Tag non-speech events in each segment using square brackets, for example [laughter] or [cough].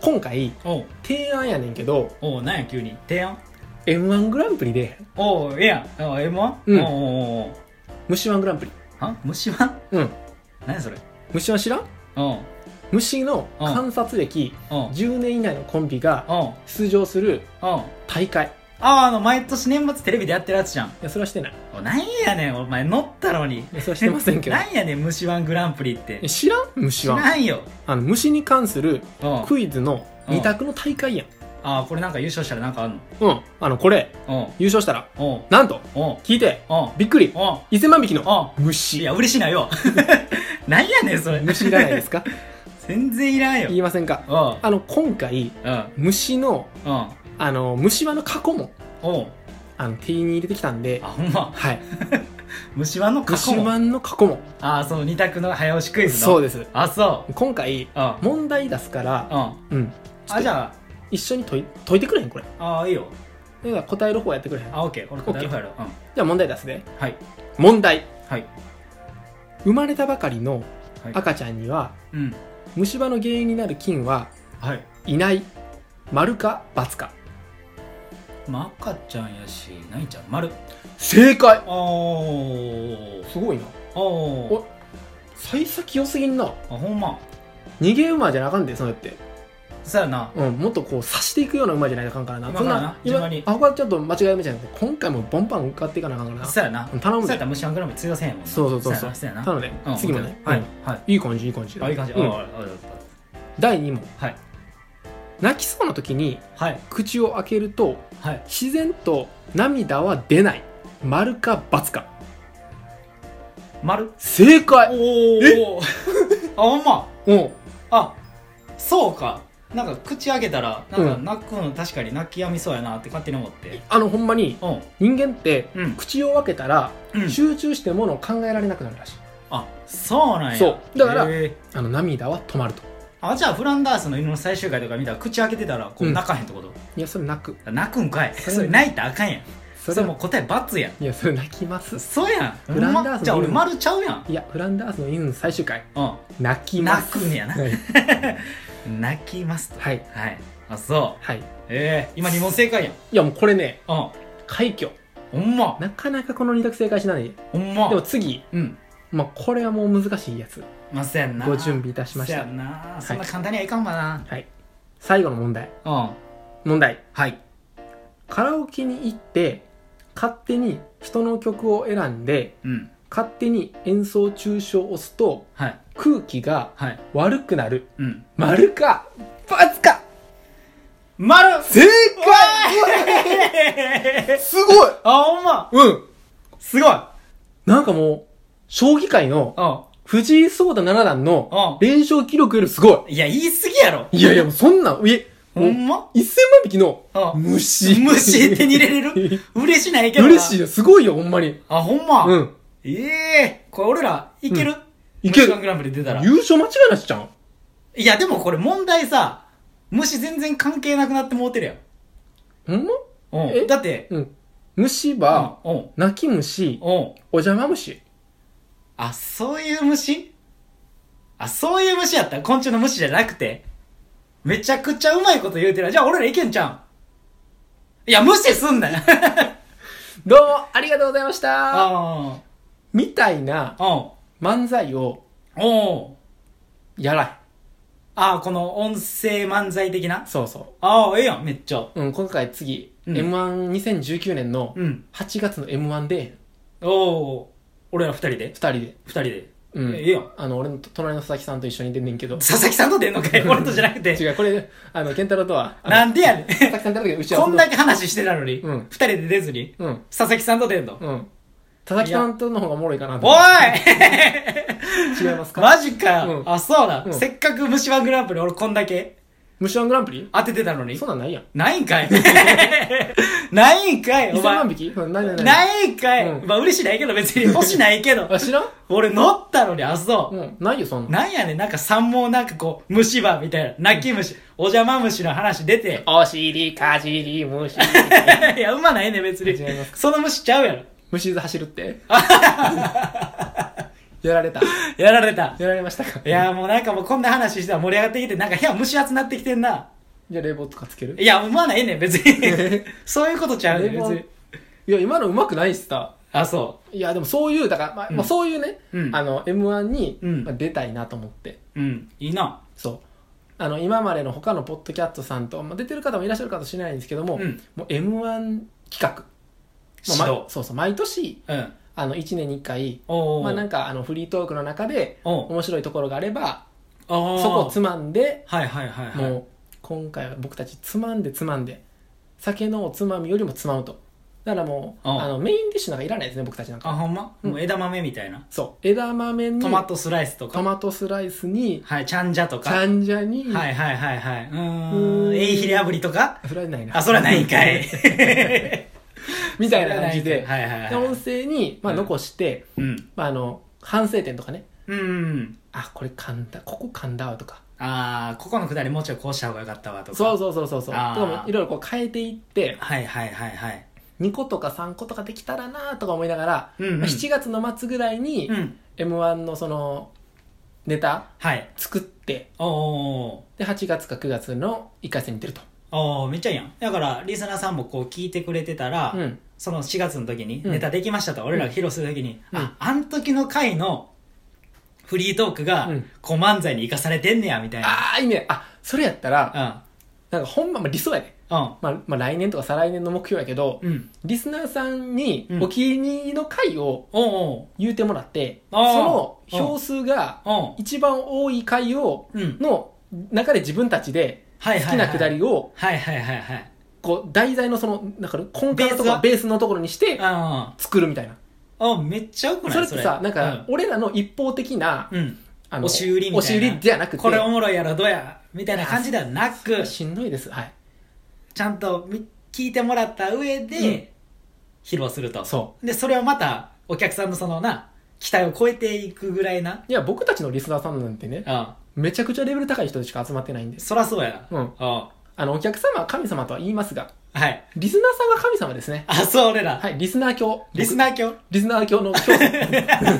今回おう提案やねんけどおうなんや急に提案 m 1グランプリでおうええやんおう M1? うんおうおうおう虫1グランプリは虫はうん何それ虫1知らんおう虫の観察歴おう10年以内のコンビがおう出場するおう大会いあああの毎年年末テレビでやってるやつじゃんやそれはしてないおなんやねんお前乗ったのにいやそれはしてませんけど [laughs] なんやねん虫ワングランプリってえ知らん虫知はらんよあの虫に関するおうクイズの2択の大会やんああこれなんか優勝したらなんかあんのうんあのこれおう優勝したらおうなんとおう聞いておうびっくりおう1000万匹のおうい虫や嬉しいなよ [laughs] なんやねんそれ虫いらないですか [laughs] 全然いらんよ言いませんかおうあの今回うん虫のうんあの虫歯の過去もおうあの手に入れてきたんであほん [laughs] まはい虫歯の過去虫も歯の過去もああその二択の早押しクイズのそううですあそう今回うんうん問題出すからあうんじゃ一緒に解い解いてくれへんこれあああいいよだから答える方やってくれへんじゃあオッケー俺答えるやろうんあ問題出すではい問題はい生まれたばかりのはい赤ちゃんにはうん虫歯の原因になる菌ははいいない丸か×かまあ赤ちゃんやしないんちゃう丸正解おーすごいなおおお幸先良すぎんなあほんま逃げ馬じゃなあかんでそうやってそうやなうん、もっとこう刺していくような馬じゃないとあかんからな。今そんからなな、順今番に、あ、これちょっと間違い目じゃなくて、今回もボンパン買っていかなあかんからな。そうやなうん頼むそうやっでた。ら虫歯グラム通用せんやもんなそうそうそうやなそうやな頼むでうん。次もね。はういんはいいい感じ、いい感じ。あいい感じううんん第2問。はい泣きそうな時にはい口を開けると、はい自然と涙は出ない。丸か×か。丸正解おおあほんまうん。あそうかなんか口開けたらなんかうん泣くの確かに泣きやみそうやなって勝手に思ってあの、ほんまに、うん人間って、うん口を開けたら、うん集中してものを考えられなくなるらしい。あそうなんやそうだからへーあの、涙は止まると。あじゃあフランダースの犬の最終回とか見たら口開けてたらこううん泣かへんってこと、いや、それ泣く。泣くんかいそそれれ泣いたらあかんやんそそれれもうも、答え罰やんいや、それ泣きます。そうやんフランダースのほんまじゃあ俺丸ちゃうやんいや、フランダースの犬の最終回、う泣きんます泣。くんやなはい、泣きますとはい、はいあそうはい。いええ今2問正解やんや、もうこれね、うん快挙。ほんまなかなかこの2択正解しないで。ほんまでも次、うんまあ、これはもう難しいやつ、まあそうやんなご準備いたしましそたう。やんなそんな簡単にはいかんわな、はい。最後の問題。うん問題。はいカラオケに行って、勝手に人の曲を選んで、うん勝手に演奏中止を押すと、はい空気がはい悪くなる。うん丸か、×か丸 [laughs] 正解すごいあほんまうんすごいなんかもう、将棋界のうん藤井聡太七段のう連勝記録よりすごいや言い過ぎやろい。いやいや、もうそんなん、え、ほんま1000万匹のうん虫。虫手に入れれ [laughs] る嬉しないけどな嬉しいよ、すごいよ、ほんまに。あほんま、うん。ええこれ俺らいける、いける虫歯グランプリ出たら優勝間違いなしちゃん。いやでもこれ問題さ虫全然関係なくなってもうてるやんほんまうえんだってうん。虫歯、うんうん泣き虫、うんお邪魔虫。あそういう虫あそういう虫やった昆虫の虫じゃなくてめちゃくちゃうまいこと言うてるじゃあ俺らいけんちゃうんいや無視すんなよどうも、 [laughs] ありがとうございました。 [laughs] あみたいなあうん漫才をおうやらへ。ああこの音声漫才的なんそうそああええやんめっちゃう。うん、今回次、うん M12019 年のうん8月の M1 で、おお俺ら二人で二人で。二人で、うんええやんあの、俺の隣の佐々木さんと一緒に出んねんけ [laughs] ど。佐々木さんと出んのかい俺とじゃなくて違う、これ、あの、健太郎とは、あのなんでやね [laughs] ん佐々木さんとだけど、うちは、こんだけ話してたのに二、うん人で出ずにうん、佐々木さんと出んの、うん。佐々木さんとの方がおもろいかなとお思っいて。違いますかマジか、うんあ、そうだ、うんせっかく虫歯グランプリ俺こんだけ虫ワングランプリ当ててたのにそ。んなんないやん。ないんかい [laughs] ないんかいお1000前万。匹うんないないない。ないんかい、うんまあ嬉しないけど別に欲しないけど。あ、知らん俺乗ったのに、あ、そう。うん、ないよ、そんなん。。なんやねん、なんか三毛なんかこう、虫歯みたいな、泣き虫、お邪魔虫の話出てお尻かじり虫。 [laughs] [laughs] いや、うまないねん別に違います。 [laughs] その虫ちゃうやろ。虫ず走るって。やられた。やられた。やられましたかいや、もうなんかもうこんな話したら盛り上がってきて、なんか部屋蒸し暑なってきてんな。じゃあ冷房とかつけるいや、思わないねん、別 [laughs] に。そういうことちゃうねん、冷別房に。いや、今のうまくないしさ。あ、そいや、でもそういう、だから、まあうんまあそういうね、うんあの、M1 に、うんまあ出たいなと思って。う。うん、いいな。そう。あの、今までの他のポッドキャストさんと、まあ、出てる方もいらっしゃるかもしれないんですけども、うんもう M1 企画。指まあま導。そうそう、毎年、うん。あの、1年に1回、おうおう。まあなんか、あの、フリートークの中で、おう面白いところがあれば、おうそこをつまんで、はいはいはいはい。もう今回は僕たちつまんでつまんで酒のおつまみよりもつまむとだからもううんあのメインディッシュなんかいらないですね僕たちなんあ、かほんま、うんもう枝豆みたいな。そう枝豆にトマトスライスとトか。マトスライスにはい、ちゃんじゃとちか。はゃいんじゃにはいはいはい。ううーーんん。えいひれ炙りとかそれはないなあ、そらないんかい。 [laughs] みたいな感じではいはいでは音い。声にまあうん残してうん。まああの反省点とかねうん。あこれ噛んだここ噛んだわとかあー、ここのくだりもうちょいこうした方がよかったわとか。そうそうそうそうそうとあーかもいろいろこう変えていってはいはいはいはい。 2個とか3個とかできたらなとか思いながらうんうんまあ7月の末ぐらいにうん。 m 1のそのネタはい。作っておーおで8月か9月の1回戦に出ると、ーおーめっちゃいいやん。だから、リスナーさんもこう聞いてくれてたら、うん、その4月の時にうんネタできましたと、俺らが披露する時に、うんあ、あん時の回のフリートークがうん、こう漫才に生かされてんねや、みたいな。ああいいねあそれやったらうなんかほんま、まあ、理想やね、ん。うん。まあまあ、来年とか再来年の目標やけどうん。リスナーさんにうんお気に入りの回をおうお言うてもらって、あーその票数がうお一番多い回をううん。の中で自分たちではいはい、好はきい。なくだ。りをはいはいはいはい。こう題材のそのなんか根幹のとベーこスろはベースのところにしてあ作るみたいなあ、あめっちゃよくないそれってさなんか、俺らの一方的なうん。うんあ押し売りみたいな押し売りじゃなくてこれおもろいやろ、どうや、みたいな感じではなく、しんどいですはいちゃんとみ聞いてもらった上で、うん披露すると。そで、それをまた、お客さんのそのな、期待を超えていくぐらいな。いや僕たちのリスナーさんなんてねうん。めちゃくちゃレベル高い人しか集まってないんですそらそうやうんな。うん。あのお客様は神様とは言いますがはい。リスナーさんは神様ですねあ、そう、俺ら。はいリスナー教僕リスナー今リスナー教の教 [laughs] 祖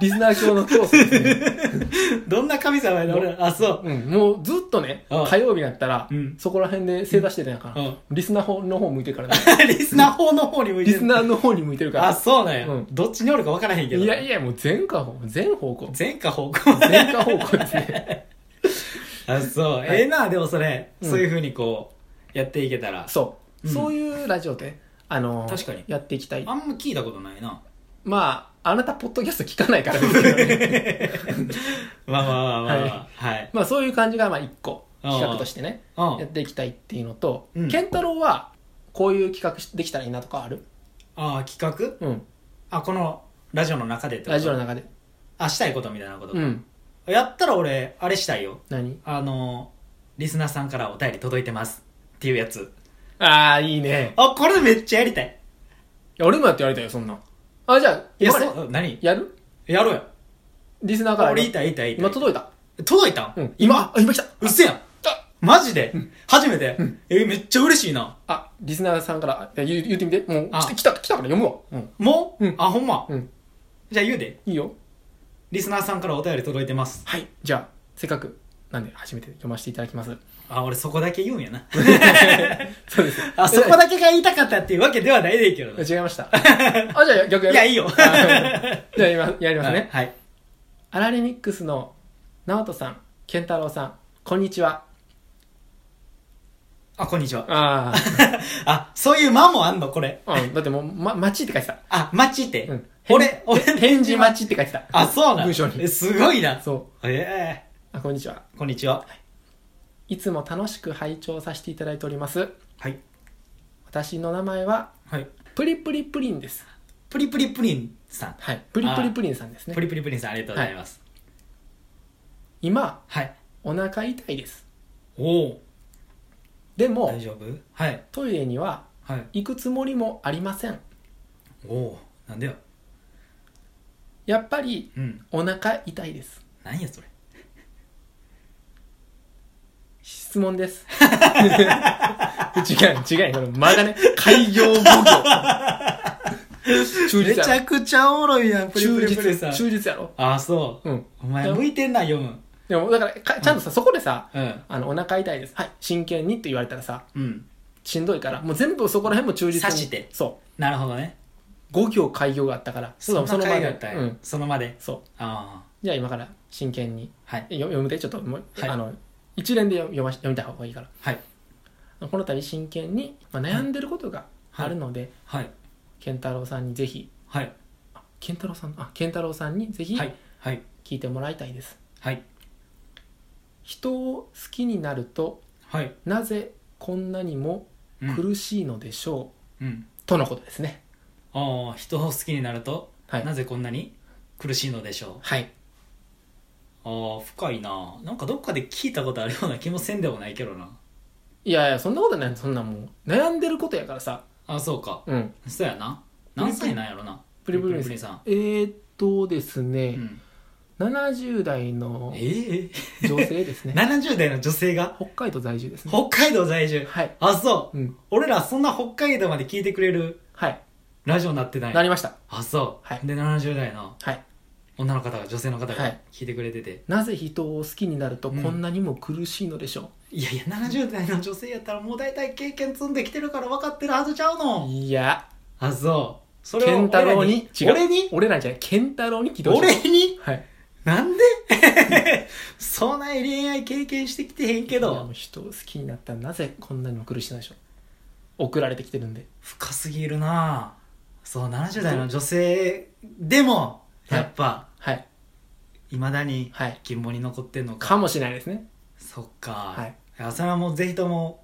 リスナー教の教祖ですね、日、どんな神様やな、俺ら。あ、そう。 [laughs] うん、もうずっとねうん火曜日になったら、うんそこら辺で正座してたんやから、うんリスナーの方向いてるからねリスナー方の方に向いて [laughs] リるスナーの方に向いてる [laughs] あ、かそうなんや。うんどっちにおるか分からへんらけど。いやいやもう全下方全方向前科方向。 [laughs] 全下方向ですねあ、そう。いええな、でもそれ、うんそういうふうにこう、やっていけたら。 [laughs] そう、うんそういうラジオであの確かにやっていきたいあんま聞いたことな [laughs] いな。まあ、あなた、ポッドキャスト聞かないからですけど [laughs] ね。まあまあまあまあまあ。はい。まあ、そういう感じが、まあ、一個、企画としてね、うやっん。ていきたいっていうのと、うんケンタロウは、こういう企画しできたらいいなとかあるああ、企うん。画あ、この、ラジオの中でってことラジオの中で。あ、したいことみたいなことかうん。やったら俺、あれしたいよ。何 [laughs] あの、リスナーさんからお便り届いてます。っていうやつ。ああ、いいね。あ、これめっちゃやりたい。いや俺もやってやりたいよ、そんなん。あ、じゃあ、いや、今ねそう、何やるやろうよ。リスナーから俺言いたい言いたい言今いたい。届いた。届いたうん。今、あ、今来た。うっせやん。あマジで初めてえ、めっちゃ嬉しいな。あ、リスナーさんから、あいや言う言ってみて。もう、あ来て来た、来たから読むわ。うん。もううんあ、ほんまうん。じゃあ言うで。いいよ。リスナーさんからお便り届いてます。はい。じゃあ、せっかく、なんで、初めて読ませていただきます。あ、俺そこだけ言うんやな。そう [laughs] です。 [laughs] あ、そこだけが言いたかったっていうわけではないでいけどな。い違いました。あ、じゃあ逆やるや、いいよ。あじゃあ今やりますね。 [laughs] はい。アラレミックスの直人さん、健太郎さん、こんにちは。あ、こんにちは。ああ、そういう間もあんのこれ。あ、うん、だってもう、ま、待ちって書いてた。あ、待ちってうん。俺、俺、返事待ちって書いてた。あ、そうなん文章にえすごいな。そえう。あ、こんにちは。えこんにちは。いつも楽しく拝聴させていただいております。はい。私の名前は、はい。プリプリプリンです。プリプリプリンさん。はい。プリプリプリンさんですねプ。リプリプリンさん、ありがとうございます。今、はい。お腹痛いです。おお。でも大、丈夫はい。トイレにははい。行くつもりもありません。おお。なんでよ。やっぱり、うん。お腹痛いです。なんやそれ。質問 [laughs] です。違う、違う、この間がね、開業5行。忠め実ちやゃろくちゃおもろいやん、プリプ忠リプリさ実ん。忠実やろあ、そうんう。お前、向いてんな、読む。でもだからかちゃんとさ、そこでさうん。あのお腹痛いですはい真剣にって言われたらさうん。しんどいからもう全部そこら辺も忠実に刺してそなるほどね。う5行開業があったからその場回でだったんやうんその場で。そうあじゃあ今から真剣にあ。はい。よ読むでちょっともう、はいあの一連で読まし読みた方がいいからはい。この度真剣に、まあ、悩んでることがあるので、はい。健太郎さんにぜひはい。あ健太郎さんあ健太郎さんにぜひはい。はい。聞いてもらいたいです、はい。人を好きになるとはい。なぜこんなにもうん。苦しいのでしょう、うん。とのことですねああ、人を好きになると、はいなぜこんなに苦しいのでしょはい、う。ああ、深いな。なんかどっかで聞いたことあるような気もせんでもないけどな。いやいやそんなことないそんなもう悩んでることやからさあ、そうか。うんそうやな。何歳なんやろな。プリプリプリさん。えー、っとですうね、ん。 70代のええ女性です [laughs] ね70代の女性が北海道在住ですね北海道在住。はいあ、そう。うん俺らそんな北海道まで聞いてくれるはい、ラジオになってない。なりましたあ、そう。はいで、70代のはい女の方が、女性の方はがい聞いてくれてて。なぜ人を好きになるとうんこんなにも苦しいのでしょい、やいや、70代の女性やったらもう大体経験積んできてるから分かってるはずちゃうう、の。いやあ、そう。そ健太郎に俺らに俺らじゃない健太郎に聞いてほしい俺に俺にはいなんで [laughs] そんな恋愛経験してきてへんけいやもどう。人を好きになったらなぜこんなにも苦しいのでしょう送られてきてるんで深すぎるなそう、70代の女性でも、はいやっぱ、はいいまだにはい疑問に残ってんのか。かもしれないですねそっか。はいいや、それはもうぜひとも、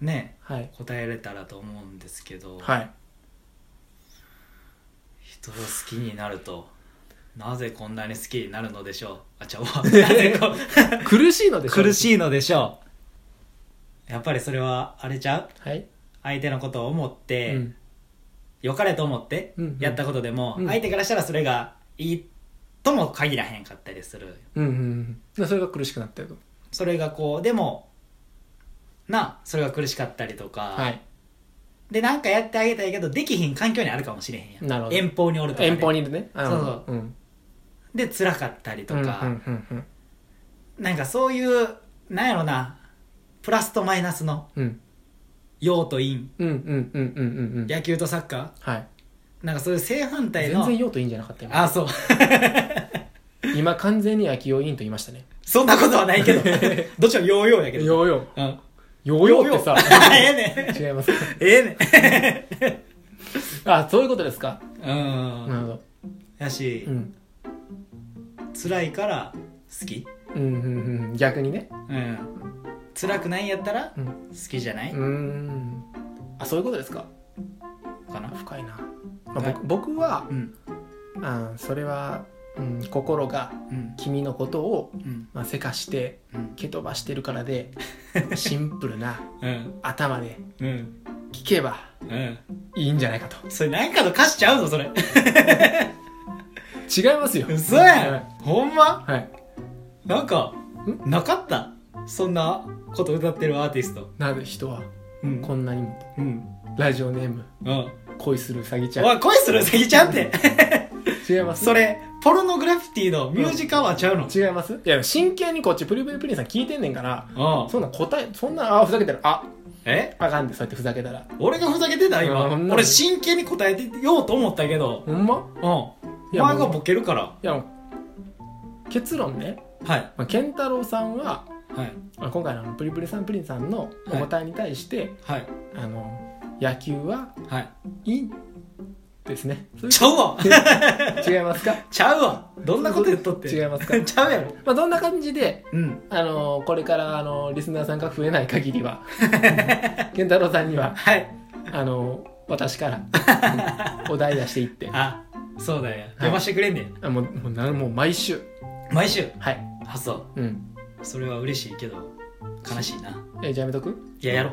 ね、はい答えれたらと思うんですけど、 [laughs] はい人を好きになると、なぜこんなに好きになるのでしょう。あ、ちゃ [laughs] うわ。なぜこ苦しいのでしょう苦しいのでしょう。やっぱりそれは、あれちゃうはい、相手のことを思って、うん良かれと思ってうんうんやったことでも、うん相手からしたらそれがいいとも限らへんかったりするうんうんうんそれが苦しくなってるとそれがこうでもなそれが苦しかったりとか、はいでなんかやってあげたいけどできひん環境にあるかもしれへんやんなるほど遠方におるとか、ね、遠方にいるねあのそううんで辛かったりとか、うんうんうんなんかそういうなんやろなプラスとマイナスのうん陽とう陰んうんうんうんうんうんうん野球とサッカはいーなんかそういう正反対全の然用途いいんじゃなかった今あそう [laughs] 今完全に野球をいいんと言いましたねそんなことはない [laughs] けどどっちもヨーヨーやけどヨーヨーうんヨーヨーってさえ [laughs] えねん違いますええねあそういうことですかんうなんるほどやし、うん辛いから好きうんうんうん逆にねうん辛くないんやったらうん好きじゃないうーんあそういうことですかかな深いな、まあはい僕僕はうんあそれは、うん、心がうん君のことを、うんまあ、せかしてうん蹴飛ばしてるからでシンプルなうん頭でうん聞けばうんいいんじゃないかとそれなんかの歌詞ちゃうぞそれ違いますよ嘘やんほんまはい、はい、なんかなかったそんなこと歌ってるアーティストなぜ人はうんこんなにもうんラジオネームうん恋するうさぎちゃんおい恋するうさぎちゃんって違いますそれポルノグラフィティのミュージカーはちゃうの違いますいや真剣にこっちプリプリプリンさん聞いてんねんからうんそんな答えそんなあふざけたらあえあかんでそうやってふざけたら俺がふざけてた今あそんなの俺真剣に答えてようと思ったけどほんまうんおい前やがもうボケるからいやもう結論ね、はいまあ、健太郎さんははいまあ今回のあのプリプリさんプリンさんのお答えに対して、はいあの野球ははいいいですねそういう [laughs] ちゃうわ違いますかちゃうわどんなこと言っとって違いますか [laughs] ちゃうやろまあどんな感じでうんあのこれからあのリスナーさんが増えない限りは健太郎さんにははいあの私から [laughs] お題出していってあそうだよ読ましてくれんねん、あもうもうなもう毎週毎週はいあそうんうそれは嬉しいけど悲しいなえじゃあやめとくいややろ